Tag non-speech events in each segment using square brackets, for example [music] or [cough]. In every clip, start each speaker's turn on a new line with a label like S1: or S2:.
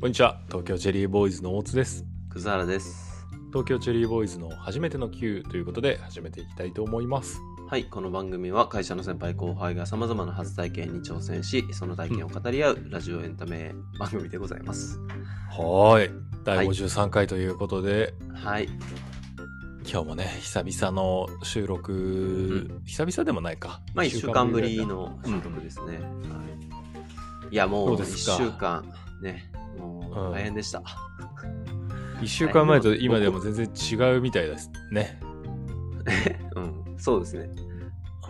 S1: こんにちは東京チェリーボーイズの大津です
S2: 葛原です
S1: 東京チェリーボーイズの初めての Q ということで始めていきたいと思います
S2: はいこの番組は会社の先輩後輩がさまざまな初体験に挑戦しその体験を語り合うラジオエンタメ番組でございます
S1: はーい第53回ということで、
S2: はい
S1: 今日もね久々の収録、久々でもないか
S2: まあ1週間ぶり
S1: 一ぐ
S2: の収録ですね、はい、いやも
S1: ど
S2: う
S1: うで
S2: 1
S1: すか
S2: 週間ねも
S1: うん
S2: う大変でした、
S1: らい1週間前と今でも全然違うみたいですね
S2: うん、そうですね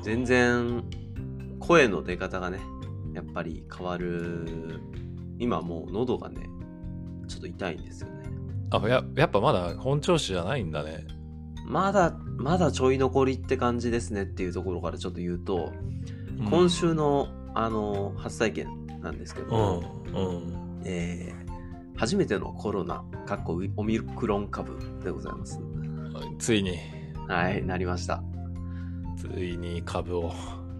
S2: 全然声の出方がねやっぱり変わる今もう喉がねちょっと痛いんですよね
S1: あややっぱまだ本調子じゃないんだね
S2: まだまだちょい残りって感じですねっていうところからちょっと言うと、
S1: うん
S2: 今週のあの初体験なんですけ
S1: う
S2: ど、
S1: んうん
S2: えー初めてのコロナかっこウィオミクロン株でございます
S1: ついに
S2: はいなりました [laughs]
S1: ついに株を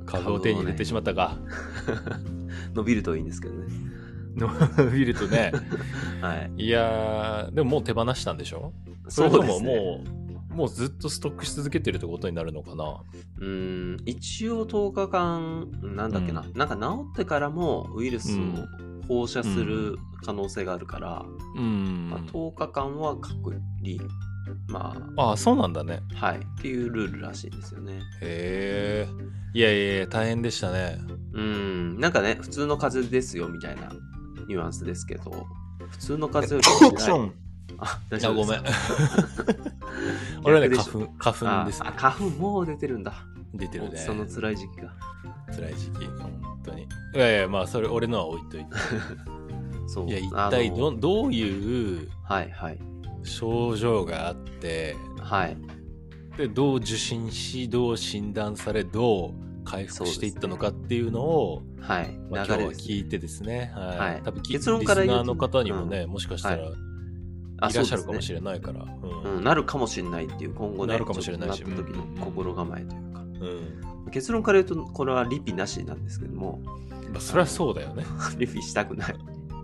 S1: 株を手に入れてしまったか、
S2: 伸びるといいんですけどね
S1: [laughs] 伸びるとね
S2: はい
S1: いやーでももう手放したんでしょそれとももうもうずっとストックし続けてるってことになるのかな
S2: うーん一応10日間なんだっけな、
S1: う
S2: なんか治ってからもウイルス
S1: うん
S2: を放射する可能性があるから、
S1: うん
S2: まあ、10日間は隔離ま
S1: ああそうなんだね
S2: あはいっていうルールらしいんですよね
S1: へえいやいやいや大変でしたね
S2: うんなんかね普通の風邪ですよみたいなニュアンスですけど普通の風邪よりも辛いあ大
S1: あ
S2: 丈夫で
S1: ご
S2: す
S1: めん
S2: 逆
S1: [laughs] 俺はね
S2: でしょ
S1: 花粉花粉です
S2: ああ花粉もう出てるんだ
S1: 出てるね
S2: その辛い時期が
S1: 辛い時期本当にいやいやまあそれ俺のは置いと
S2: [laughs]
S1: いて
S2: そう
S1: いや一
S2: あの
S1: 体どどういう
S2: はいはい
S1: 症状があって
S2: はい
S1: でどう受診しどう診断されどう回復していったのかっていうのを
S2: はい
S1: まあ、今
S2: 流
S1: 日
S2: れ
S1: は
S2: ですね
S1: 聞いてですね、はい
S2: はい
S1: 多分結
S2: 結
S1: 論
S2: 論
S1: か
S2: から
S1: リ
S2: ら
S1: ス
S2: 言
S1: ナ
S2: う
S1: ー
S2: と
S1: の方にもね、もしかしたら
S2: はいあ
S1: らっしゃるかも
S2: そうです
S1: しれないから、
S2: ねうん、なるかもしれないっていう今後ね
S1: なるかもしれないし
S2: ちょっとなった時の心構えというか、
S1: うんうん
S2: 結論から言うとこれはリピなしなんですけども [laughs]
S1: まあ、そりゃそうだよね。
S2: リピしたくない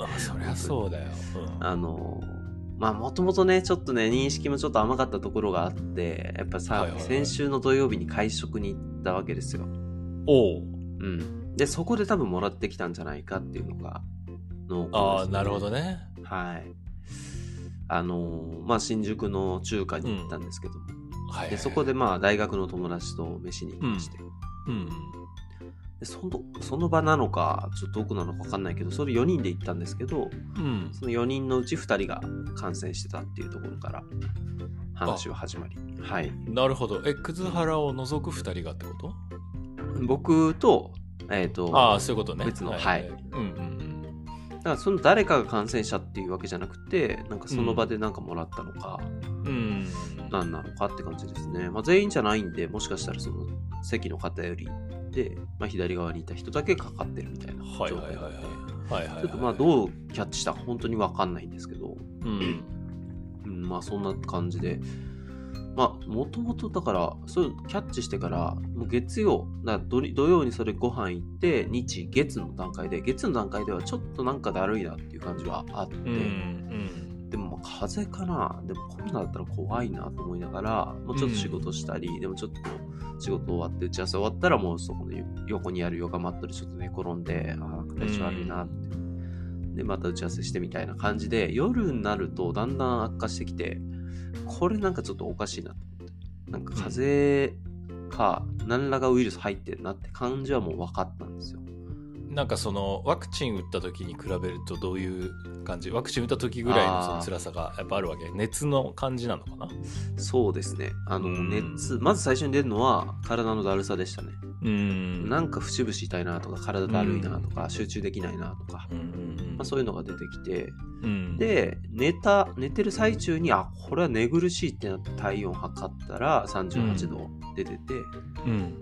S1: あそりゃそうだよ。
S2: あのまあもともとねちょっとね認識もちょっと甘かったところがあってやっぱさ、
S1: はいはいはい
S2: 先週の土曜日に会食に行ったわけですよ、
S1: おう
S2: うん、でそこで多分もらってきたんじゃないかっていうのが濃厚
S1: ああ、
S2: ですね
S1: なるほどね。
S2: はいあのまあ新宿の中華に行ったんですけども、
S1: はいはい、
S2: でそこでまあ大学の友達と飯に行きまして、
S1: うん、
S2: でそのその場なのかちょっと奥なのか分かんないけどそれ4人で行ったんですけど
S1: うん。
S2: その4人のうち2人が感染してたっていうところから話は始まりはい
S1: なるほど。え、葛原を除く2人がってこと
S2: 僕とえっ、と
S1: ああ、そういうことね。
S2: 別のはい
S1: うんうん
S2: だからその誰かが感染者っていうわけじゃなくてなんかその場でなんかもらったのか、
S1: うん。うん。
S2: 何なのかって感じですね、まあ、全員じゃないんでもしかしたらその席の方よりで、まあ、左側にいた人だけかかってるみたいな状
S1: はい
S2: 態な
S1: は
S2: の
S1: いはい
S2: で、
S1: はい。はいはいはい、
S2: ちょっとまあどうキャッチしたか本当に分かんないんですけど、
S1: うん。
S2: うん、まあそんな感じでまあもともとだからそういうのキャッチしてからもう月曜だから土土曜にそれご飯行って日月の段階で月の段階ではちょっとなんかだるいなっていう感じはあって、
S1: うん。うん
S2: でもまあ風邪かなでもコロナだったら怖いなと思いながらもうちょっと仕事したり、でもちょっと仕事終わって打ち合わせ終わったらもうそこの横にあるヨガマットでちょっと寝転んでああ体調悪いなって、でまた打ち合わせしてみたいな感じで夜になるとだんだん悪化してきてこれなんかちょっとおかしいなと思ってなんか風邪か何らかウイルス入ってんなって感じはもう分かったんですよ
S1: なんかそのワクチン打った時に比べるとどういう感じワクチン打った時ぐらいのその辛さがやっぱあるわけ熱の感じなのかな
S2: そうですねあの
S1: うん
S2: 熱まず最初に出るのは体のだるさでしたね
S1: うん
S2: なんか節々痛いなとか体だるいなとか、集中できないなとか、
S1: うんうんうん
S2: まあ、そういうのが出てきて
S1: うん
S2: で寝た寝てる最中にあこれは寝苦しいってなって体温測ったら38度出てて、
S1: うん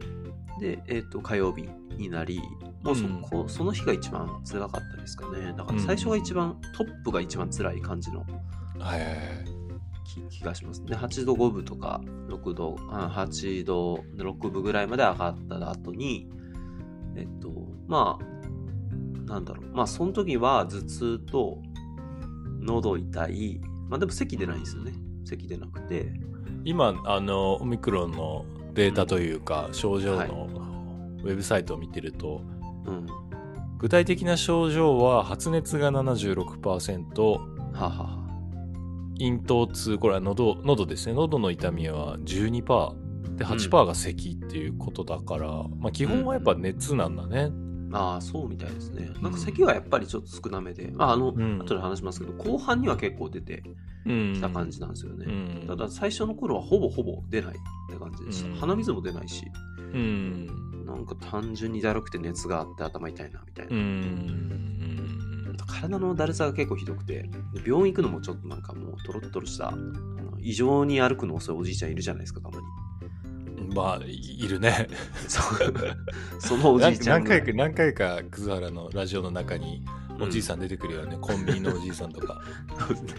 S2: で、えっと火曜日になりもうそこ、その日が一番辛かったですかねだから最初が一番、トップが一番辛い感じの
S1: はいはいはい
S2: 気気がしますで8度5分とか6度あ8度6分ぐらいまで上がった後にえっとまあなんだろうまあその時は頭痛と喉痛い。まあでも咳出ないんですよね。咳出なくて。
S1: 今あのオミクロンのデータというか、症状
S2: はい
S1: のウェブサイトを見てると、
S2: うん。
S1: 具体的な症状は発熱が76%
S2: はあはあは
S1: 咽頭痛これは喉喉ですね喉の痛みは12%で
S2: うん
S1: 8%が咳っていうことだから、まあ基本はやっぱ熱なんだね、
S2: あ。ああ、そうみたいですね。なん
S1: うん
S2: か咳はやっぱりちょっと少なめで、まああの、
S1: ん
S2: 後で話しますけど、後半には結構出て
S1: うん
S2: きた感じなんですよ
S1: う
S2: ね。
S1: ん、
S2: ただ最初の頃はほぼほぼ出ないって感じでし
S1: うん
S2: た。鼻水も出ないし、
S1: うん
S2: なんか単純にだるくて熱があって頭痛いなみたいな。
S1: うんうん
S2: 体のだるさが結構ひどくてで病院行くのもちょっとなんかもうトロットロしたあの異常に歩くの遅いおじいちゃんいるじゃないです
S1: [laughs]
S2: かたまに
S1: まあいいるね
S2: そうそのおじいちゃん
S1: 何
S2: が
S1: 回か何回か葛原のラジオの中におじいさん出てくるよね、コンビニのおじいさんとか
S2: [laughs]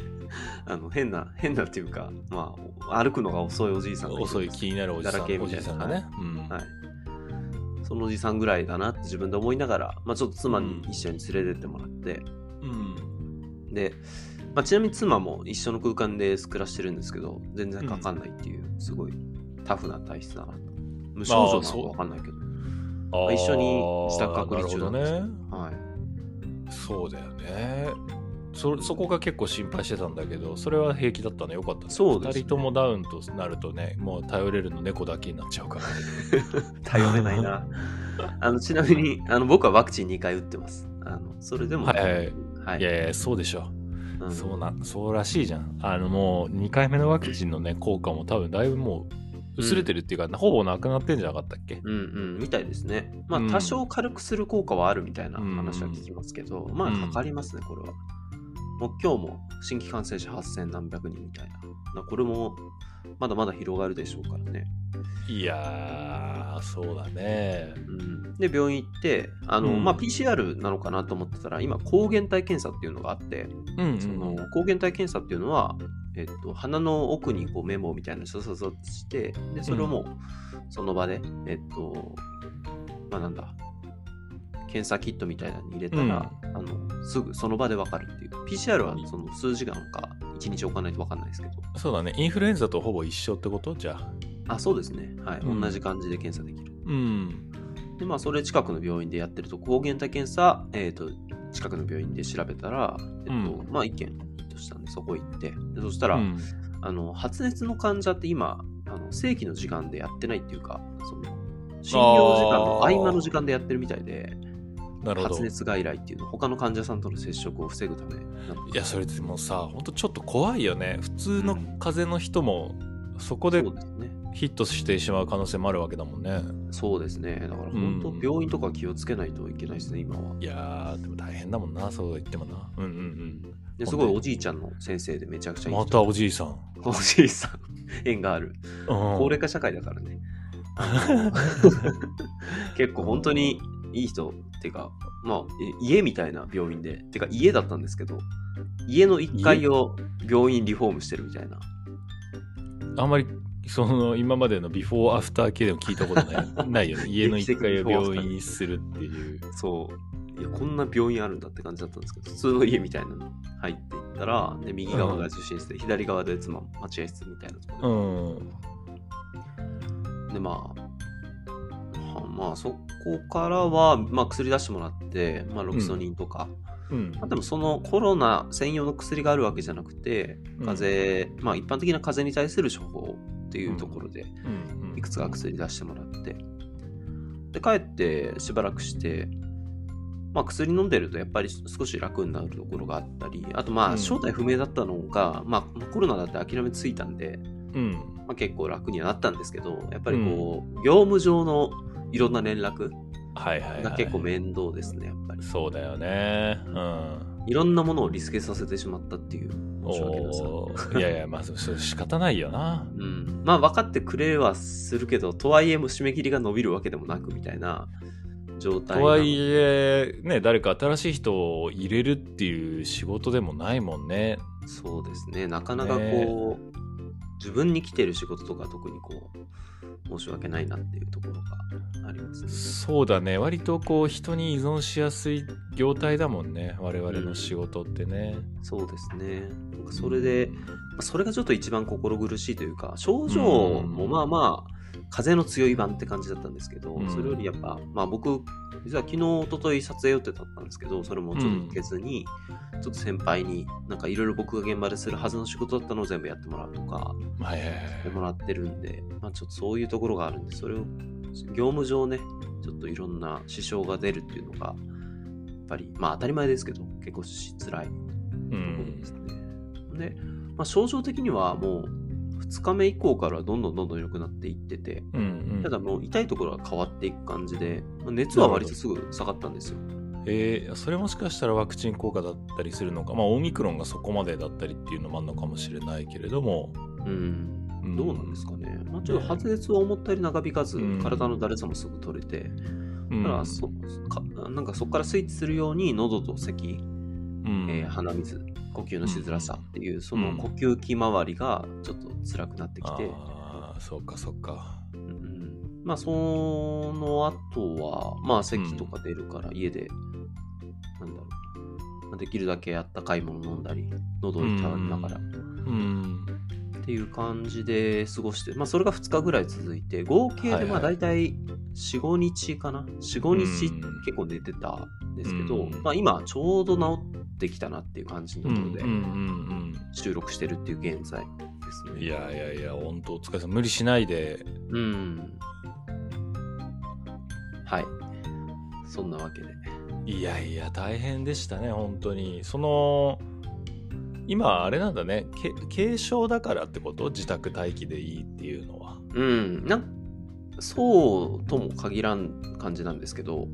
S2: あの変な変なっていうかまあ歩くのが遅いおじいさんがる
S1: 遅い気になるおじさ
S2: だらけ
S1: んお
S2: みたいな
S1: じいさんがね、うん
S2: はいそのおじいさんぐらいだなって自分で思いながら、まあ、ちょっと妻に一緒に連れてってもらって、
S1: うん
S2: で、まあ、ちなみに妻も一緒の空間で暮らしてるんですけど全然かかんないっていう、すごいタフな体質だなと無症状なのかわかんないけど
S1: あー
S2: 一緒に自宅隔離中なん
S1: な
S2: で
S1: る
S2: すよ
S1: ほどね
S2: はい
S1: そうだよねそそこが結構心配してたんだけどそれは平気だったねよかったね
S2: そうですね
S1: 2人ともダウンとなるとねもう頼れるの猫だけになっちゃうからね
S2: 頼れないな。 [laughs] あのちなみにあの僕はワクチン2回打ってます。あのそれでも、
S1: はいはい
S2: はい
S1: いやいやそうでしょ、
S2: うん
S1: そうなんそうらしいじゃんあのもう2回目のワクチンのね効果も多分だいぶもう薄れてるっていうか、ほぼなくなってんじゃなかったっけ
S2: うんうん、みたいですね。まあ、
S1: うん
S2: 多少軽くする効果はあるみたいな話は聞きますけど、まあ、かかりますね、これは。もう今日も新規感染者8000何百人みたいな。まあこれもまだまだ広がるでしょうからね。
S1: いやーそうだね
S2: うん、で、病院行って、あの
S1: うん
S2: まあ、PCR なのかなと思ってたら、今、抗原体検査っていうのがあって、
S1: うん、うん、
S2: その抗原体検査っていうのは、えっと、鼻の奥にこうメモみたいなのさささってしてでそれをもうその場で、えっとまあなんだ検査キットみたいなのに入れたら、あのすぐその場で分かるっていう PCR はその数時間か1日置かないと分かんないですけど
S1: そうだねインフルエンザとほぼ一緒ってことじゃあ
S2: あそうですねはい、
S1: うん
S2: 同じ感じで検査できる
S1: うん
S2: でまあそれ近くの病院でやってると抗原体検査、えっと近くの病院で調べたら、えっと
S1: うん
S2: まあ1件ヒットしたんでそこ行ってでそしたら、
S1: うん
S2: あの発熱の患者って今あの正規の時間でやってないっていうかその診療時間の合間の時間でやってるみたいで
S1: なるほど
S2: 発熱外来っていうの他の患者さんとの接触を防ぐためなん
S1: いやそれでもさほんとちょっと怖いよね普通の風邪の人もそこで
S2: そうですね
S1: ヒットしてしまう可能性もあるわけだもんね
S2: そうですねだから本当
S1: うん
S2: 病院とか気をつけないといけないですね今はい
S1: やーでも大変だもんなそう言ってもなうんうん
S2: ですごいおじいちゃんの先生でめちゃくち
S1: う
S2: ゃ
S1: ん
S2: いい
S1: ま
S2: 人
S1: たおじいさん、
S2: おじいさん縁がある
S1: うん、
S2: 高齢化社会だから
S1: [laughs]
S2: ね結構本当にいい人っていうかまあえ家みたいな病院でてか家だったんですけど家の1階を病院リフォームしてるみたいな
S1: あんまりその今までのビフォーアフター系でも聞いたことない [laughs] ないよね家の一階を病院にするっていう
S2: そういやこんな病院あるんだって感じだったんですけど普通の家みたいなの入っていったらで右側が受診室で左側で妻も待合室みたいなとこ
S1: う
S2: ろ
S1: ん
S2: で,、でまあはまあそこからは、まあ、薬出してもらって、まあ、ロキソニンとか、
S1: うん
S2: まあ、でもそのコロナ専用の薬があるわけじゃなくて
S1: うん
S2: 風邪、まあ一般的な風邪に対する処方っていうところで
S1: うん
S2: いくつか薬出してもらってで帰ってしばらくして、まあ、薬飲んでるとやっぱり少し楽になるところがあったりあとま
S1: う
S2: あ
S1: ん
S2: 正体不明だったのが、まあ、コロナだって諦めついたんで、
S1: うん
S2: まあ、結構楽にはなったんですけどやっぱりこう、業務上のいろんな連絡
S1: はいはい、
S2: が
S1: はい、
S2: 結構面倒ですねやっぱり
S1: そうだよねうん
S2: いろんなものをリスケさせてしまったっていう申し訳なさ
S1: おーいやいやまあそそれ仕方ないよな
S2: うん、まあ分かってくれはするけどとはいえもう締め切りが伸びるわけでもなくみたいな状態
S1: とはいえね誰か新しい人を入れるっていう仕事でもないもんね
S2: そうですねなかなかこう、
S1: ね
S2: 自分に来てる仕事とか特にこう申し訳ないなっていうところがありますね
S1: そうだね割とこう人に依存しやすい業態だもんね我々の仕事ってね、
S2: そうですね。なんかそれで、まあそれがちょっと一番心苦しいというか、症状もまあまあ、風の強い版って感じだったんですけど、
S1: うん
S2: それよりやっぱ、まあ僕、実は昨日、一昨日撮影予定だったんですけど、それもちょっと行けずに、ちょっと先輩に、なんかいろいろ僕が現場でするはずの仕事だったのを全部やってもらうとか、
S1: はいはいは
S2: やっ
S1: い
S2: てもらってるんで、まあちょっとそういうところがあるんで、それを、業務上ね、ちょっといろんな支障が出るっていうのが、やっぱり、まあ当たり前ですけど、結構し辛い
S1: うん
S2: ですね。で、まあ、症状的にはもう2日目以降からどんどんどんどん良くなっていってて、
S1: うんうん
S2: ただもう痛いところは変わっていく感じで、まあ熱は割とすぐ下がったんですよ。
S1: えーそれもしかしたらワクチン効果だったりするのか、まあ、オミクロンがそこまでだったりっていうのもあるのかもしれないけれども、
S2: うん。
S1: うん
S2: どうなんですかね。まあ、ちょっと発熱は思ったより長引かず、
S1: うん
S2: 体のだるさもすぐ取れて、
S1: うん
S2: ただそかなんかそこからスイッチするように喉と咳、
S1: うん
S2: えー鼻水、呼吸のしづらさっていう、その
S1: うん
S2: 呼吸器周りがちょっと辛くなってきて、
S1: ああそうかそうか
S2: うんまあその後はまあ咳とか出るから家で、なんだろうまあできるだけあったかいもの飲んだり喉を痛めながら
S1: うん
S2: っていう感じで過ごして、まあそれが2日ぐらい続いて合計
S1: はいは
S2: で
S1: い
S2: まあ大体45日かな45日
S1: うん
S2: 結構寝てたんですけど、
S1: うん
S2: まあ今ちょうど治ってきたなっていう感じ
S1: う
S2: の
S1: ん
S2: ところで
S1: うんうん
S2: 収録してるっていう現在ですね。
S1: うんいやいやいや本当お疲れ様無理しないで
S2: うん。はい。そんなわけで。
S1: いやいや大変でしたね本当にその今あれなんだねけ軽症だからってこと自宅待機でいいっていうのは
S2: うん。なんそうとも限らん感じなんですけど、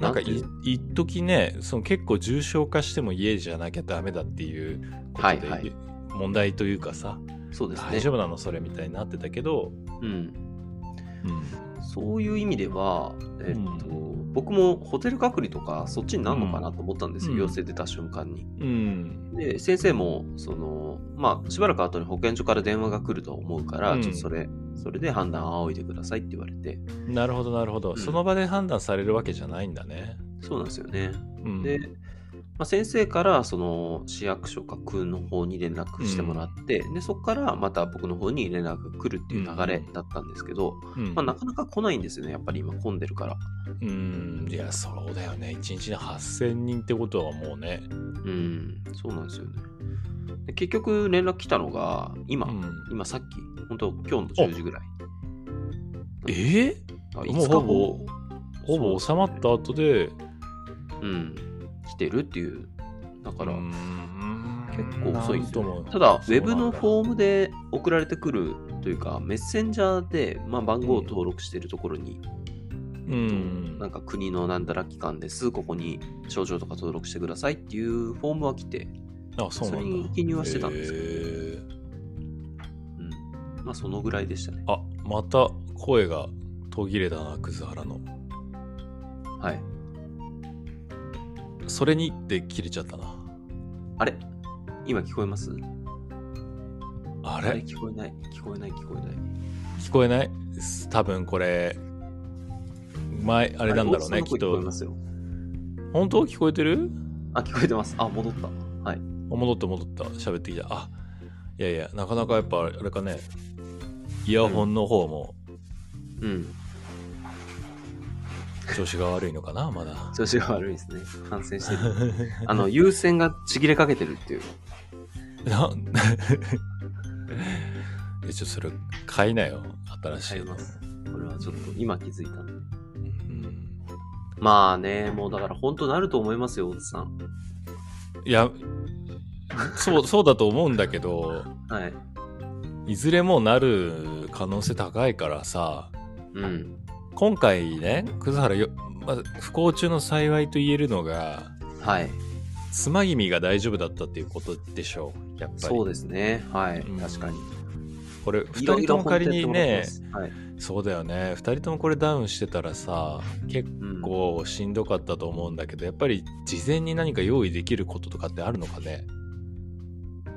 S1: なんかい
S2: ていう
S1: 一時ねその結構重症化しても家じゃなきゃダメだっていうことで、
S2: はいはい
S1: 問題というかさ、
S2: そうですね。
S1: 大丈夫なのそれみたいになってたけど、
S2: うん。
S1: うん
S2: そういう意味では、えっと、僕もホテル隔離とか、そっちになるのかなと思ったんですよ、
S1: うん
S2: 陽性出た瞬間に。
S1: うん、
S2: で、先生も、その、まあ、しばらく後に保健所から電話が来ると思うから、
S1: うん
S2: ちょっとそれ、それで判断を仰いでくださいって言われて、
S1: なるほどなるほど、
S2: うん
S1: その場で判断されるわけじゃないんだね。
S2: そうなんですよね。
S1: うん、
S2: で、まあ、先生からその市役所か区の方に連絡してもらって、でそこからまた僕の方に連絡が来るっていう流れだったんですけど、
S1: うん
S2: まあ、なかなか来ないんですよねやっぱり今混んでるから、
S1: うんいやそうだよね1日で8,000人ってことはもうね、
S2: うんそうなんですよねで結局連絡来たのが今、
S1: うん
S2: 今さっき本当今日の10時ぐらい
S1: え
S2: あ
S1: もう
S2: 5日
S1: ほ
S2: 後
S1: ぼほぼ収まった後で
S2: うん来てるっていうだから、
S1: 結
S2: 結構遅いんですよね、
S1: も
S2: ただ、ウ
S1: そう
S2: ェ
S1: なん
S2: ブのフ
S1: だ
S2: ォームで送られてくるというか、メッセンジャーで、まあ、番号を登録しているところに、
S1: うん
S2: なんか国のなんだら機関です、ここに症状とか登録してくださいっていうフォームは来て、
S1: あそうなんだ
S2: それに記入はしてたんですけど
S1: へー
S2: うん、まあ、そのぐらいでしたね。
S1: あまた声が途切れたな葛原の
S2: はい。
S1: それにって切れちゃったな
S2: あれ今聞こえます
S1: あ
S2: あれ
S1: れ
S2: 聞こえない、聞こえない、聞こえない。
S1: 聞こえないす多分これ前あれなんだろう
S2: あ
S1: ねきっ
S2: 大津さんの声聞こえ
S1: と
S2: ますよ。
S1: 本当聞こえてる
S2: あ、聞こえてます。あ、戻った。はい。
S1: あ戻った戻った喋ってきたあいやいやなかなかやっぱあれかねイヤホンの方も
S2: うん。
S1: 調子が悪いのかなまだ [laughs]
S2: 調子が悪いですね。感染してる。あの、優先がちぎれかけてるっていう。
S1: なえちょっとそれ買いなよ新しいの
S2: 買いますこれはちょっと今気づいたんで。
S1: うん
S2: まあね、もうだから本当なると思いますよ、大津さん。
S1: いやそうそうだと思うんだけど
S2: はい。
S1: いずれもなる可能性高いからさ
S2: うん。
S1: 今回ね葛原よ、まあ、不幸中の幸いと言えるのが
S2: はい。
S1: つまぎみが大丈夫だったっていうことでしょうやっぱり
S2: そうですね。はい。
S1: うん
S2: 確かに。
S1: これ2
S2: いろ
S1: 人
S2: い
S1: と
S2: ろ
S1: も仮にね
S2: コンテンツもらってますはい。
S1: そうだよね2人ともこれダウンしてたらさ結
S2: うん
S1: 構しんどかったと思うんだけどやっぱり事前に何か用意できることとかってあるのかね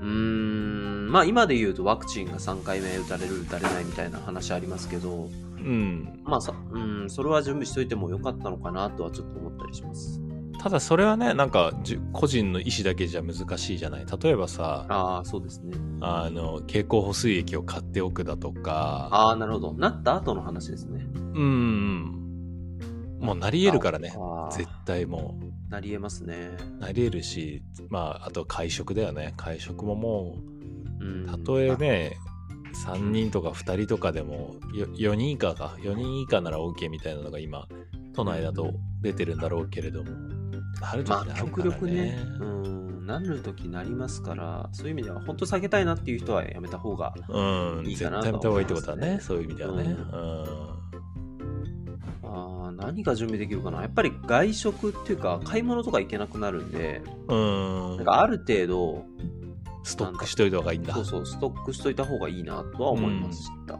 S2: うーん。まあ今で言うとワクチンが3回目打たれる、打たれないみたいな話ありますけど、
S1: うん
S2: まあさ、うん、それは準備しといてもよかったのかなとはちょっと思ったりします。
S1: ただそれはね、なんかじゅ個人の意思だけじゃ難しいじゃない。例えばさ、
S2: ああ、そうですね。
S1: あの、経口補水液を買っておくだとか、
S2: ああ、なるほど。なった後の話ですね。
S1: うんうん。もうなり得るからね。
S2: あー
S1: 絶対も
S2: なり得ますね。
S1: う、なり得るし、まあ、あと会食だよね。会食もも
S2: うん
S1: う、たとえ。ね、3人とか2人とかでも、よ4人以下か、4人以下なら OK みたいなのが今、都内だと出てるんだろうけれども、なる時
S2: ま
S1: な
S2: あ、
S1: る
S2: 極
S1: から
S2: 力ね、うん、なる時なりますから、そういう意味では、本当避けたいなっていう人はやめた方が、
S1: うん、
S2: いい
S1: 絶
S2: か
S1: 対
S2: な
S1: 見た
S2: とは
S1: 方がいいってことは
S2: 思い
S1: ね、
S2: ます
S1: そういう意味ではね。
S2: う
S1: う
S2: あー何が準備できるかな。やっぱり外食っていうか、買い物とか行けなくなるんで、
S1: ん。うん
S2: なんかある程度、
S1: ストックしといた方がいいんだ。
S2: そうそう、ストックしといた方がいいなとは思いました。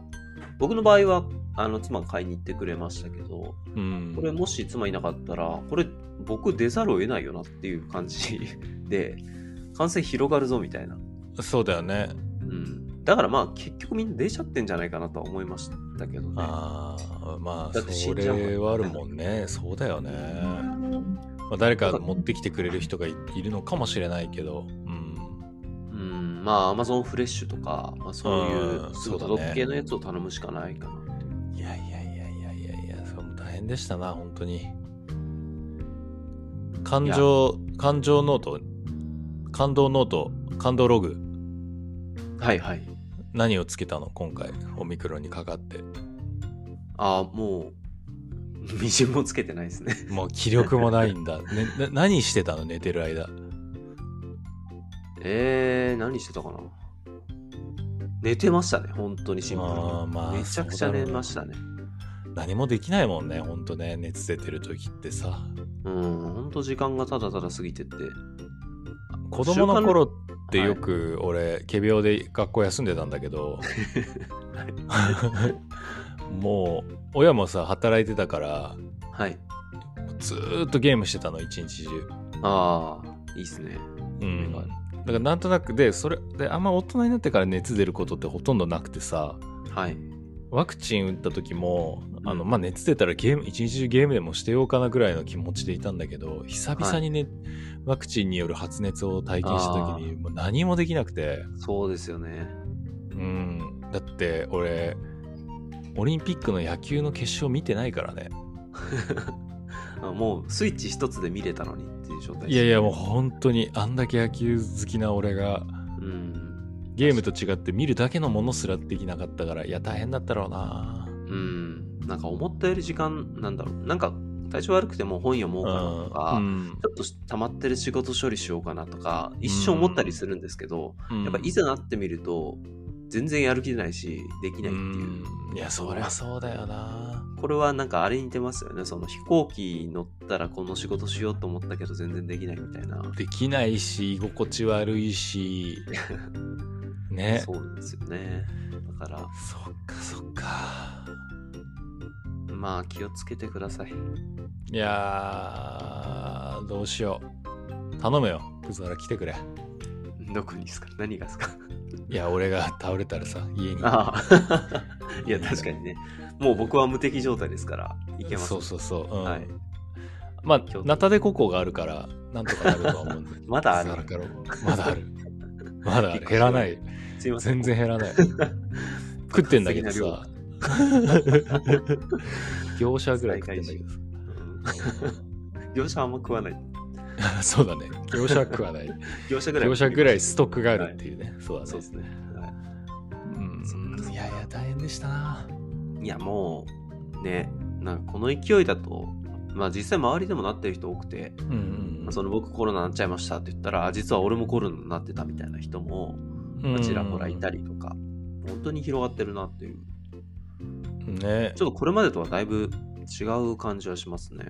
S2: 僕の場合は、あの、妻が買いに行ってくれましたけど、
S1: うん
S2: これもし妻いなかったら、これ僕出ざるを得ないよなっていう感じ [laughs] で、感染広がるぞみたいな。
S1: そうだよね。
S2: うん。だからまあ結局みんな出ちゃってんじゃないかなとは思いましたけどね。
S1: ああ、まあ、
S2: だって死
S1: そ
S2: んじゃうもん
S1: れはあるもんね。そうだよね。まあ、誰か持ってきてくれる人がいいるのかもしれないけど。うん。
S2: うん。まあ Amazon フレッシュとか、まあ、そういううんす
S1: そ
S2: ぐ
S1: うだ
S2: 届
S1: ね
S2: く系のやつを頼むしかないかな。
S1: いやいやいやいやいやいや、それも大変でしたな、本当に。感情、感情ノート、感動ノート、感動ログ、
S2: はいはい。
S1: 何をつけたの今回、オミクロンにかかって。
S2: ああ、もう、みじんもつけてないですね。
S1: もう気力もないん
S2: [laughs]
S1: だ。ね、な何してたの寝てる間。
S2: えー、何してたかな寝てましたね、本当にシンプルに
S1: あーまあ
S2: めちゃくちゃ寝ましたね。
S1: 何もできないもんね、ほんとね。熱出てる時ってさ。
S2: うん、本当時間がただただ過ぎてって。
S1: 子供の頃って
S2: はい
S1: よく俺、仮病で学校休んでたんだけ
S2: [laughs]
S1: ど、 [laughs] もう、親もさ、働いてたから、
S2: はい。
S1: ずーっとゲームしてたの、一日中。
S2: ああ、いいっすね。
S1: うん。だからなんとなくで、それ、で、あんま大人になってから熱出ることってほとんどなくてさ、
S2: はい。
S1: ワクチン打った時も、
S2: うん
S1: あの、まあ、熱出たらゲーム、一日中ゲームでもしてようかなぐらいの気持ちでいたんだけど、久々にね、ワクチンによる発熱を体験した時に、もう何もできなくて、
S2: そうですよね。
S1: うん、だって俺、オリンピックの野球の決勝見てないからね。
S2: あもうスイッチ一つで見れたのにっていう状態です
S1: いやいや、もう本当に、あんだけ野球好きな俺が、
S2: うん。
S1: ゲームと違って見るだけのものすらできなかったから、いや、大変だったろうな
S2: うん。なんか思ったより時間、なんだろう。なんか体調悪くても本読もうかなとか、
S1: うん
S2: ちょっと溜まってる仕事処理しようかなとか、一生思ったりするんですけど、
S1: うん
S2: やっぱいざなってみると、全然やる気出ないし、できないっていう。
S1: うんいや、そりゃそうだよな
S2: これはなんかあれに似てますよね。その飛行機乗ったらこの仕事しようと思ったけど全然できないみたいな。
S1: できないし居心地悪い
S2: [laughs]
S1: しねそ
S2: そうですよね。だか、
S1: っかそっから
S2: まあ気をつけてください。 [laughs]
S1: いやーどうしよう頼むよ葛原来てくれ
S2: どこにですか何がですか
S1: いや俺が倒れたらさ家に
S2: ああ。 [laughs] いや、確かにね。もう僕は無敵状態ですから、いけます。
S1: そうそうそう、うん
S2: はい
S1: まあナタデココがあるからなんとかなるとは思うんだけど
S2: まだある
S1: 葛原からもまだあるま [laughs] だある減らない
S2: すいません。
S1: 全然減 [laughs] らない食ってんだけど
S2: 爆
S1: さ業者ぐらい食ってんだけどさ
S2: うん業者あん [laughs] ま食わない。
S1: [laughs] そうだね。業者は食わ [laughs] ない。
S2: 業者ぐらい。
S1: 業者ぐらいストックがあるっていうね。そうだね。
S2: そうですね。はい
S1: うん。いやいや、大変でしたな。
S2: いやもうねなんかこの勢いだとまあ実際周りでもなってる人多くて、
S1: うん
S2: まあその僕コロナなっちゃいましたって言ったらあ実は俺もコロナになってたみたいな人も
S1: うん。
S2: まあちらほらいたりとか、本当に広がってるなっていう
S1: ね。
S2: ちょっとこれまでとはだいぶ違う感じはしますね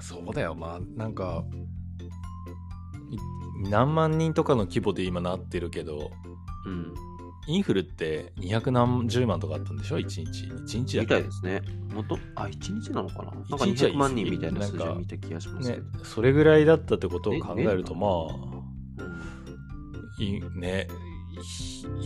S1: そうだよ。まあ、なんか、い何万人とかの規模で今なってるけど、
S2: うん
S1: インフルって200何十万とかあったんでしょ ?1 日。1日だ
S2: み
S1: け
S2: たいですねもっとあ一日なのかななんか
S1: 一日は
S2: 200万人みたいな数字
S1: なん
S2: を
S1: か
S2: 見た気がしますけ
S1: ね
S2: ど、。
S1: それぐらいだったってことを考えると、
S2: ね
S1: まあ、
S2: うん
S1: いね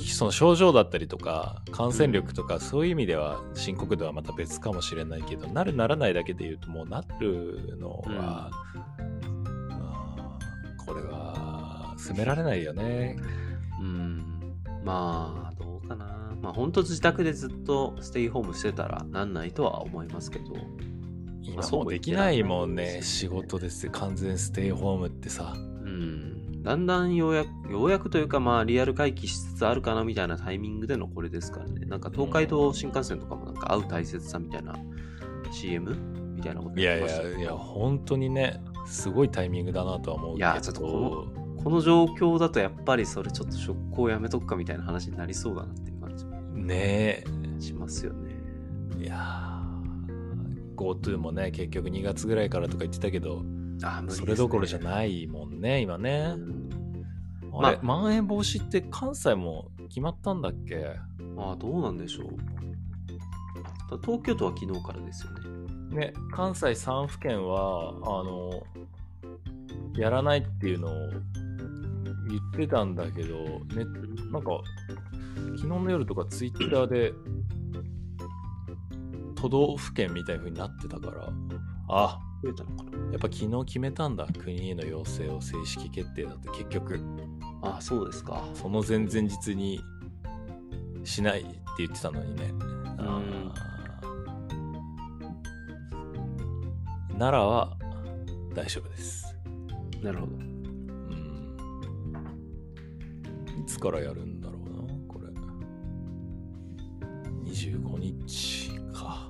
S1: ひその症状だったりとか感染力とかそういう意味では深刻度はまた別かもしれないけどなるならないだけで言うともうなるのはれは、責められないよね。
S2: うんまあどうかなまあ本当自宅でずっとステイホームしてたらなんないとは思いますけどまあ
S1: 今
S2: そう
S1: もう
S2: も言っ
S1: で
S2: て
S1: き
S2: ら
S1: なん
S2: ない
S1: い
S2: も
S1: も
S2: ん
S1: ん
S2: ね
S1: ね、仕事です。完全ステイホームってさ。
S2: うんだんだんようやくようやくというかまあリアル回帰しつつあるかなみたいなタイミングでのこれですからねなんか東海道新幹線とかもなんか会う大切さみたいな CM みたいなこと
S1: い
S2: や
S1: や
S2: っ
S1: い
S2: てましたけど
S1: やいや、本当にね、すごいタイミングだなとは思う
S2: い
S1: けど。
S2: やちょっとここの状況だとやっぱりそれちょっと職行やめとくかみたいな話になりそうだなっていう感じも
S1: ね
S2: しますよね
S1: え。いやー GoTo もね、結局2月ぐらいからとか言ってたけど、
S2: あー無理です
S1: そ
S2: ね
S1: れどころじゃないもんね、今ね。
S2: うん
S1: あれ、
S2: まあ
S1: まん延防止って関西も決まったんだっけ
S2: ああどうなんでしょうただ東京都は昨日からですよね
S1: ね、関西3府県は、あの、やらないっていうのを言ってたんだけど、ね、なんか、昨日の夜とかツイッターで、都道府県みたいな風になってたから、あ、
S2: 増えたのかな
S1: やっぱ昨日決めたんだ、国への要請を正式決定だって、結局、
S2: ああそうですか
S1: その前々日にしないって言ってたのにね。
S2: ん
S1: あー奈良は大丈夫です。
S2: なるほど
S1: うん。いつからやるんだろうな、これ。25日か。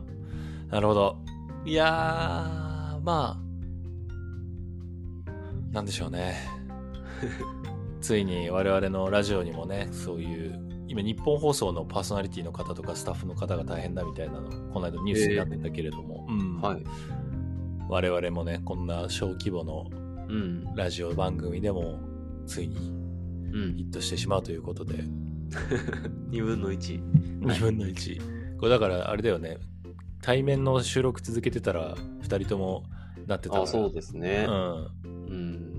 S1: なるほど。いやー、まあ、なんでしょうね。 [laughs] ついに我々のラジオにもね、そういう、今日本放送のパーソナリティの方とかスタッフの方が大変だみたいなの、この間ニュースになってたけれども、うん
S2: はい
S1: 我々もね、こんな小規模の
S2: うん
S1: ラジオ番組でもついに
S2: うん
S1: ヒットしてしまうということで、
S2: 2分の1
S1: 2分の1。これだからあれだよね、対面の収録続けてたら2人ともなってたから。
S2: あそうですね
S1: うん
S2: うん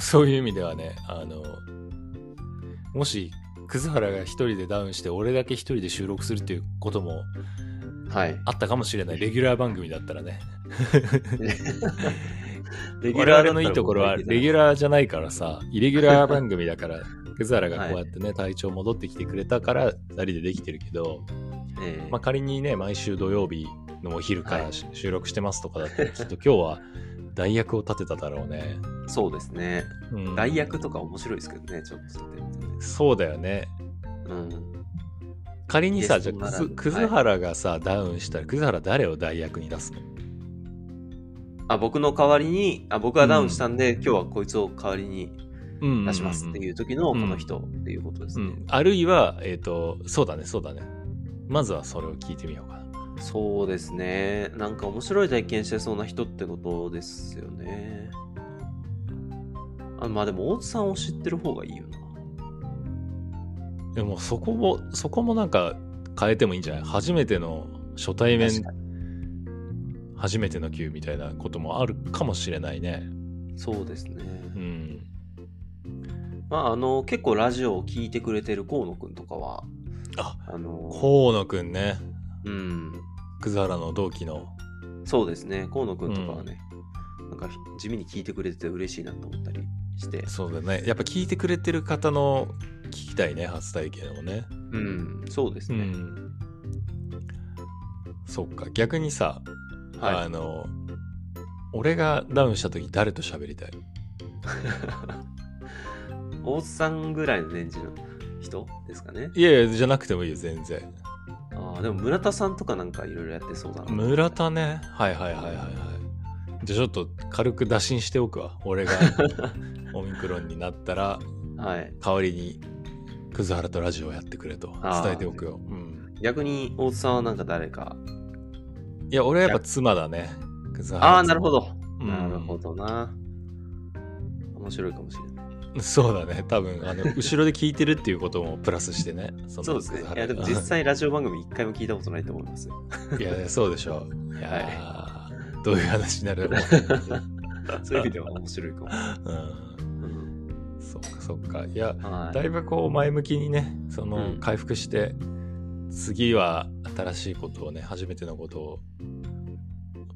S1: そういう意味ではね、あの、もし、葛原が一人でダウンして、俺だけ一人で収録するっていうことも
S2: はい
S1: あったかもしれない。レギュラー番組だったらね。
S2: レ
S1: 我々のいいところは、レギュ
S2: ラ
S1: ラーじゃないからさ、イレギュラー番組だから、葛原がこうやってね、体調戻ってきてくれたから、二人でできてるけど、
S2: ー、ええ
S1: まあ、仮にね、毎週土曜日のお昼からし収録してますとかだ
S2: [laughs]
S1: ったら、きっと今日は代役を立てただろうね。
S2: そうですね
S1: うん
S2: 代役とか面白いですけどねちょっとそれってね
S1: そうだよね。
S2: うん
S1: 仮にさ、じ
S2: ゲ
S1: ゃ
S2: スト
S1: あ、く
S2: なら
S1: ず
S2: ぬ
S1: 葛原がさ、ダウンしたら、葛原誰を代役に出すの。
S2: あ僕の代わりにあ僕がダウンしたんで、今日はこいつを代わりに出しますっていうう時のこの人っていうことです
S1: う
S2: ね、
S1: ん、あるいは、えっ、と、そうだね、そうだね。まずはそれを聞いてみようかな。
S2: そうですね。なんか面白い体験してそうな人ってことですよね。あまあでも、大津さんを知ってる方がいいよな。
S1: でも、そこも、そこもなんか変えてもいいんじゃない初めての初対面
S2: 確、か
S1: 初めての級みたいなこともあるかもしれないね。
S2: にそうですね。
S1: うん。
S2: まあ、あの、結構ラジオを聞いてくれてる河野くんとかは、
S1: あ、
S2: あの、
S1: 河野くんね、
S2: うん、
S1: 葛原の同期の。
S2: そうですね。河野くんとかはね、なんか地味に聞いてくれてて嬉しいなと思ったりして、
S1: そうだね。やっぱ聞いてくれてる方の聞きたいね、初体験をね。
S2: うん、そうです
S1: う
S2: ね。
S1: ん。そっか、逆にさ、
S2: は
S1: あの、俺がダウンした時誰と喋りたい
S2: い。大津さんぐらいの年次の人ですかね。
S1: いやいや、じゃなくてもいいよ、全然。
S2: ああ、でも村田さんとかなんかいろいろやってそうだな。
S1: 村田ね。はいはいはいはいはい。じゃあちょっと軽く打診しておくわ。
S2: [laughs]
S1: 俺がオミクロンになったら、
S2: はい。
S1: 代わりに、葛原とラジオやってくれと
S2: あー
S1: 伝えておくよ。うん。
S2: 逆に大津さんはなんか誰か。
S1: いや、俺はやっぱ妻だね。葛原
S2: ああ、なるほど。
S1: うん
S2: なるほどな。面白いかもしれない。
S1: そうだね。多分、あ
S2: [laughs]
S1: の、後ろで聞いてるっていうこともプラスしてね。その
S2: そうですね
S1: 葛。
S2: い
S1: 原 [laughs]
S2: や、でも実際ラジオ番組一回も聞いたことないと思います。
S1: いや、そうでしょう。いやー、どういう話にな
S2: [laughs]
S1: るのか、
S2: そういう意味では面白いかも。
S1: うん、
S2: うん
S1: そっかそっか。いや、
S2: は
S1: だいぶこう前向きにね、その
S2: うん
S1: 回復して、次は新しいことをね、初めてのことを、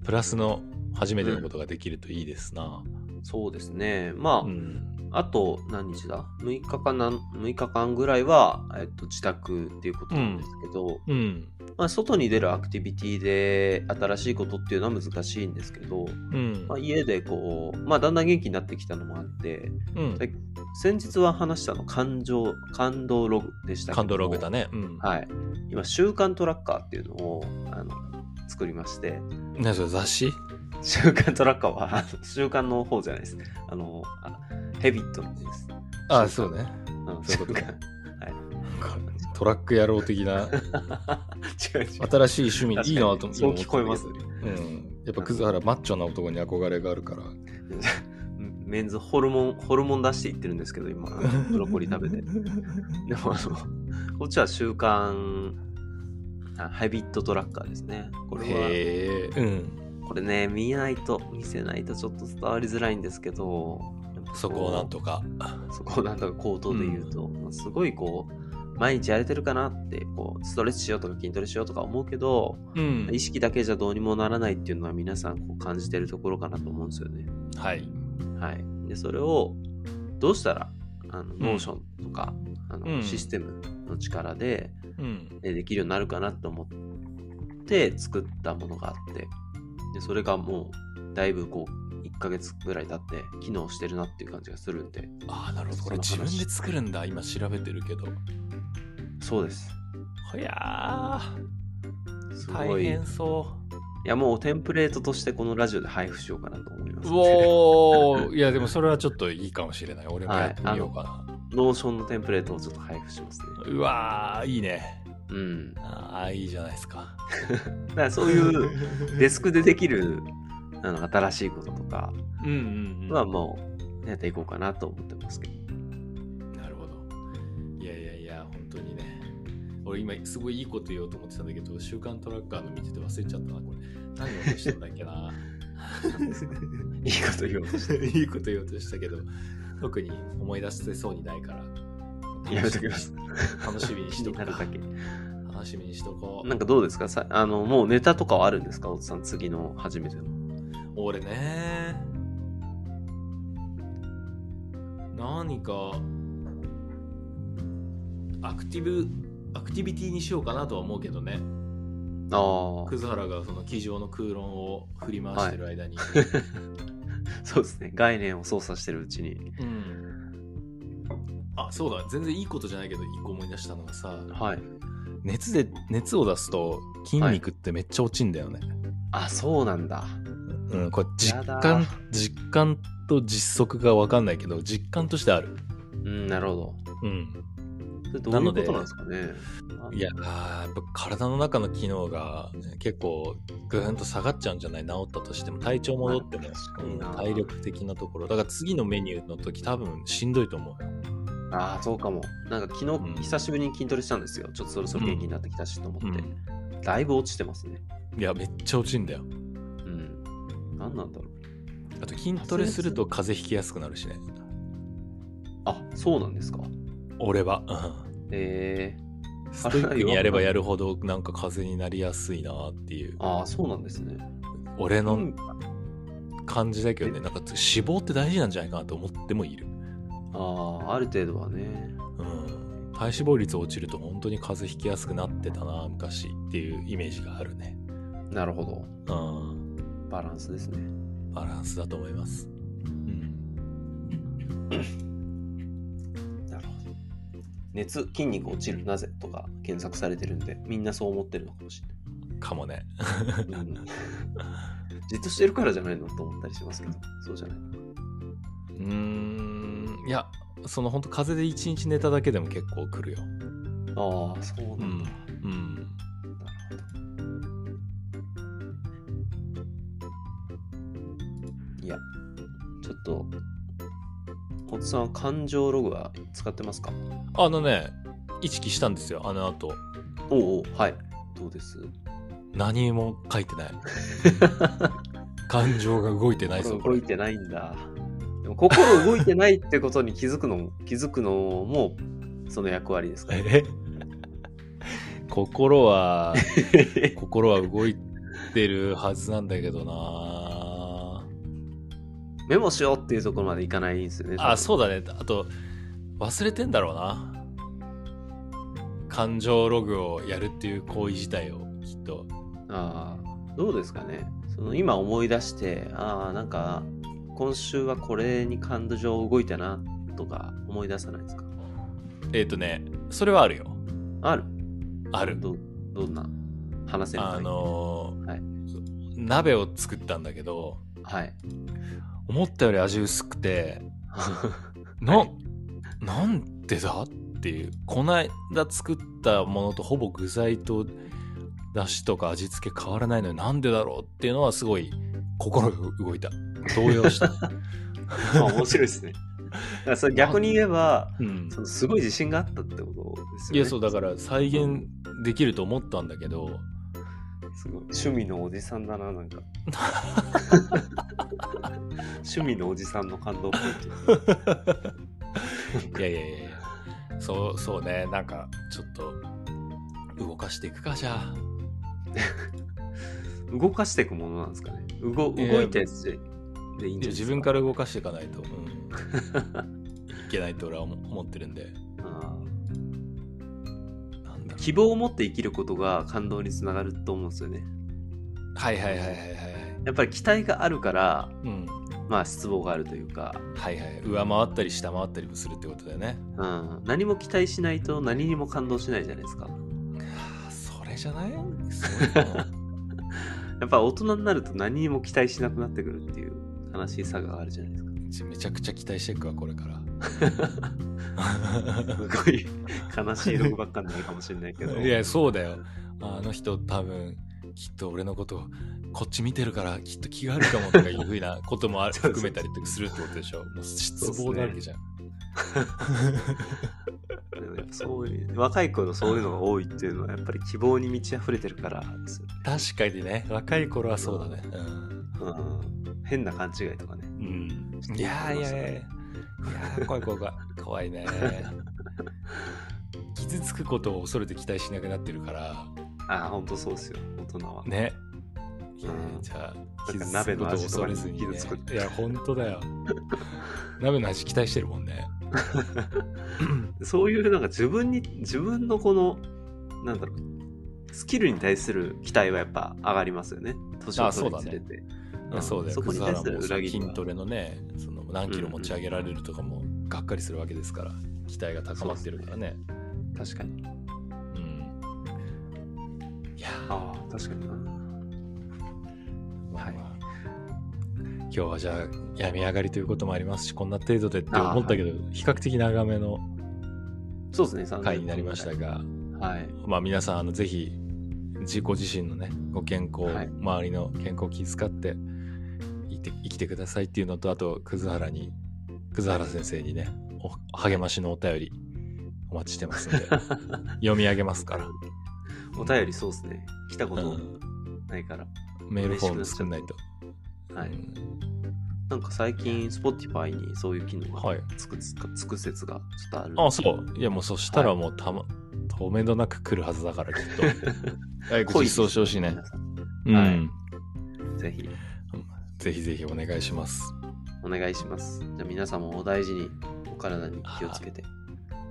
S1: プラスの初めてのことができるといいですな。
S2: そうですね。まあ、
S1: うん
S2: あと何日だ ?6 日かな、6日間ぐらいは、えっと、自宅っていうことなんですけど、
S1: うん
S2: まあ、外に出るアクティビティで新しいことっていうのは難しいんですけど、
S1: うん
S2: まあ、家でこう、まあ、だんだん元気になってきたのもあって、
S1: うん
S2: 最先日は話したの感情、感動ログでしたけども
S1: 感動ログだね。うん。
S2: はい。今、週間トラッカーっていうのを、あの、作りまして、
S1: 何それ雑誌
S2: 週刊トラッカーは、あの週刊の方じゃないです。あの、あヘビットの方です。
S1: ああ、そうね。
S2: うん、
S1: そういうこと
S2: 週刊
S1: トラック野郎的な
S2: [laughs] 違う違う。
S1: 新しい趣
S2: 確か
S1: 味
S2: に
S1: いいなと思
S2: そう聞こえます
S1: う
S2: ね。 [laughs]
S1: ん。やっぱ葛原マッチョな男に憧れがあるから。
S2: メンズホルモン、ホルモン出していってるんですけど、今、ブロッコリー食
S1: [laughs]
S2: べて。でも、あの、こっちは週刊、あハビットトラッカーですね。これは、
S1: へえ。うん。
S2: これね、見ないと、見せないとちょっと伝わりづらいんですけど、
S1: そこをなんとか。
S2: そこをなんとか口頭で言うと、まあすごいこう、毎日やれてるかなって、こう、ストレッチしようとか筋トレしようとか思うけど、
S1: うん
S2: 意識だけじゃどうにもならないっていうのは皆さんこう感じてるところかなと思うんですよね。
S1: はい。
S2: はい。で、それを、どうしたら、あの、
S1: ん
S2: ノーションとか、あの、
S1: うん
S2: システムの力で、
S1: うん。
S2: ねできるようになるかなと思って作ったものがあって、で、それがもう、だいぶこう、1ヶ月ぐらい経って、機能してるなっていう感じがするんで、
S1: ああ、なるほど。これ
S2: そ
S1: 自
S2: の
S1: 分
S2: 話
S1: で作るんだ。今調べてるけど。
S2: そうです。
S1: ほや
S2: す
S1: ー。
S2: ご
S1: 大
S2: い。い
S1: 変そ
S2: や、もうテンプレートとしてこのラジオで配布しようかなと思いま
S1: う。
S2: す、
S1: うおー。いや、でもそれはちょっといいかもしれない。俺もやってみようかな。
S2: [laughs] ノーションのテンプレートをちょっと配布しますね。
S1: うわー、いいね。
S2: うん。だ
S1: ああ、いいじゃないですか。
S2: からそういう、
S1: [laughs]
S2: デスクでできる、あの、新しいこととか、
S1: うんうんうん。
S2: はもうやっていこうかなと思ってますけど。
S1: なるほど。いやいやいや、本当にね。俺今すごいいいこと言おうと思ってたんだけど、週刊トラッカーの見てて忘れちゃったな、これ。何を落としたんだっけ
S2: [laughs]
S1: な。
S2: いいこと言おうとし
S1: いいこと言おうとしたけど、特に思い出せそうにないから。
S2: てやめときます。
S1: 楽しみにしとこ
S2: なるだ
S1: う。
S2: け。
S1: 楽しみにしとこう。
S2: なんかどうですかさあの、もうネタとかはあるんですかおつさん、次の初めての。
S1: 俺ね何かアクティブアクティビティにしようかなとは思うけどね
S2: ああ、
S1: 葛原がその机上の空論を振り回してる間に、
S2: そうですね。概念を操作してるうちに。
S1: うんあそうだ全然いいことじゃないけど一個思い出したのがさ
S2: はい。
S1: 熱で熱を出すと筋肉ってめっちゃ落ちんだよね、
S2: あ、そうなんだ。
S1: うんこれ実
S2: やだ
S1: 感実感と実測が分かんないけど実感としてある
S2: うん、なるほど。
S1: うん
S2: それどういうこと
S1: な
S2: なん
S1: の
S2: で
S1: です
S2: かね
S1: いやーやっぱ体の中の機能が結構ぐーんと下がっちゃうんじゃない治ったとしても体調戻っても
S2: まあ確かにな
S1: 体力的なところだから次のメニューの時多分しんどいと思うよ
S2: ああ、そうかも。なんか昨
S1: うん
S2: 日、久しぶりに筋トレしたんですよ。ちょっとそろそろ元気になってきたしと思って。
S1: う
S2: だいぶ落ちてますね。
S1: んいやめっちゃ落ちんだよ
S2: うん。何なんだろう。
S1: あと筋トレすると風邪ひきやすくなるしね
S2: あ、そうなんですか。
S1: 俺は、
S2: [laughs]
S1: うん
S2: ええ
S1: ストイックにやればやるほどなんか風邪になりやすいなっていう
S2: ああ、そうなんですね。
S1: 俺
S2: う
S1: の
S2: ん
S1: 感じだけどねなんか脂肪って大事なんじゃないかなと思ってもいる
S2: ああ、ある程度はね。
S1: うん、体脂肪率落ちると本当に風邪ひきやすくなってたな昔っていうイメージがあるね、
S2: なるほど。
S1: うん、
S2: バランスですね。
S1: バランスだと思います、うん、
S2: なるほど。熱、筋肉落ちるなぜとか検索されてるんで、みんなそう思ってるのかもし
S1: かもね
S2: れない。うんじっとしてるからじゃないのと思ったりしますけど、そうじゃない。
S1: うーんいやその本当風邪で一日寝ただけでも結構くるよ
S2: ああ、そう
S1: う
S2: なん
S1: ん
S2: だ。
S1: うん
S2: いや、ちょっと、コツさんは感情ログは使ってますか
S1: あのね意識したんですよあの後
S2: おうおう、はい。どうです
S1: 何も書いて [laughs] ない感情が動いてないぞ
S2: 心
S1: これ
S2: 動いてないんだ。でも心動いてないってことに気づくのも、 [laughs] 気づくのも、その役割ですから
S1: え
S2: ね。
S1: 心は [laughs] 心は動いてるはずなんだけどな
S2: メモしようっていうところまでいかないんですよね。
S1: あ、
S2: う。
S1: そうだね。あと、忘れてんだろうな。感情ログをやるっていう行為自体をきっと。
S2: あーどうですかね。その今思い出して、ああ、なんか、今週はこれに感情動いたなとか思い出さないですか
S1: えっ、とね、それはあるよ。
S2: ある
S1: ある。
S2: どどんな話せるかい
S1: あのー
S2: はい
S1: 鍋を作ったんだけど、 [laughs]
S2: はい。
S1: 思ったより味薄くて、な、なんでだっていう。こないだ作ったものとほぼ具材と出汁とか味付け変わらないのになんでだろうっていうのはすごい心が動
S2: [laughs]
S1: いた。動揺した。
S2: まあ面白いですね。 [laughs] だからそれ逆に言えば、
S1: うん
S2: そのすごい自信があったってことです
S1: い
S2: よね。
S1: やそうだから再現できると思ったんだけど
S2: すごい趣味のおじさんだな、なん [laughs] か。趣味のおじさんの感動ポイント。
S1: いやいやいやいやそうそうねなんかちょっと動かしていくかじゃあ
S2: 動かしていくものなんですかね。動
S1: いや
S2: 動いたやつでいい
S1: いや
S2: んじゃないですか。
S1: 自分から動かしていかないと、うん、
S2: [laughs]
S1: いけないと俺は思思ってるんで
S2: あ
S1: なんだ
S2: ー
S1: ろ
S2: 希望を持って生きることが感動につながると思うんですよね。
S1: うはいはいはいはいはいはい
S2: やっぱり期待があるから、
S1: うん
S2: まあ失望があるというか、
S1: はいはい上回ったり下回ったりもするってことだよね
S2: うん、何も期待しないと何にも感動しないじゃないですか。
S1: はあそれじゃないそういうの
S2: やっぱ大人になると何にも期待しなくなってくるっていう悲しいさがあるじゃないですか。
S1: [laughs] めちゃくちゃ期待していくわこれから
S2: すごい悲しい録ばっかになるかもしれな
S1: [laughs]
S2: いけど。
S1: いやそうだよあの人多分きっと俺のことこっち見てるからきっと気があるかもとかいうふうなこともある
S2: そうそう
S1: 含めたりとかするってことで [laughs] しょもう失
S2: そうっす
S1: 望
S2: ね
S1: だら [laughs] けじゃん、
S2: でもやっぱそういう若い頃そういうのが多いっていうのはやっぱり希望に満ち溢れてるからですよね
S1: 確かにね若い頃はそうだねうん、
S2: うん、変な勘違いとかね。
S1: うん、いやーいやいやいやー怖い怖い怖い怖
S2: [laughs]
S1: いね傷つくことを恐れて期待しなくなってるから
S2: ああ、ほんとそうですよ、大人は。
S1: ねいや
S2: うん
S1: じゃあ
S2: なん
S1: 傷
S2: か
S1: つ
S2: 鍋
S1: くこ
S2: の
S1: とを
S2: 味
S1: 恐
S2: とか
S1: れ
S2: に
S1: ずに、ね
S2: 傷つく、
S1: いや本当だ
S2: [laughs]
S1: よ鍋の味期待してるもんね
S2: そういうなんか自分に、自分のこの、なんだろう、スキルに対する期待はやっぱ上がりますよね。年を取るにつれて。
S1: いやそうだよ、
S2: そこに
S1: 葛原
S2: 対する
S1: もさ
S2: 裏切りは
S1: 筋トレのね、その何キロ持ち上げられるとかも、がっかりするわけですから、期待が高まってるからね。
S2: 確かに。
S1: うん。いやー、
S2: ああ、確かにな。
S1: まあ
S2: はい
S1: まあ今日はじゃあ、病み上がりということもありますし、こんな程度でって思ったけど、比較的長めの
S2: そうですね、
S1: 回になりました
S2: 30
S1: が、
S2: 分ぐらい。はい。
S1: まあ皆さん、あのぜひ、自己自身のね、ご健康、
S2: はい
S1: 周りの健康を気遣っていて、生きてくださいっていうのと、あと、葛原に、葛原先生にね、お励ましのお便り、お待ちしてますん
S2: [laughs]
S1: で、読み上げますから、
S2: お便りそうですね。来たこ
S1: う
S2: と
S1: ん
S2: ないから。
S1: メールフォーム作んないと。。
S2: はいう
S1: ん
S2: なんか最近、Spotify にそういう機能
S1: は
S2: が
S1: い
S2: つくつかつく説がちょっとある。
S1: あ、
S2: [laughs]
S1: そう。いや、もうそしたらもうたま、止めどなく来るはずだから、きっ [laughs] と。早く
S2: 恋
S1: 実装してほしいね。う
S2: はい
S1: ん。
S2: ぜひ
S1: ぜひぜひお願いします。
S2: お願いします。じゃあ皆さんもお大事に、お体に気をつけて。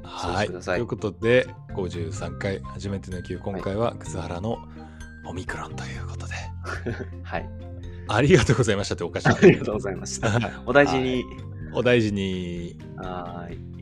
S2: そう
S1: はい。
S2: してくださ
S1: と
S2: い
S1: いうことで、53回、初めての9、今回は、葛原のオミクロンということで、
S2: はい。
S1: ありがとうございましたっておかしい。 [laughs]
S2: ありがとうございました。お大事に。
S1: お大事に。
S2: はーい。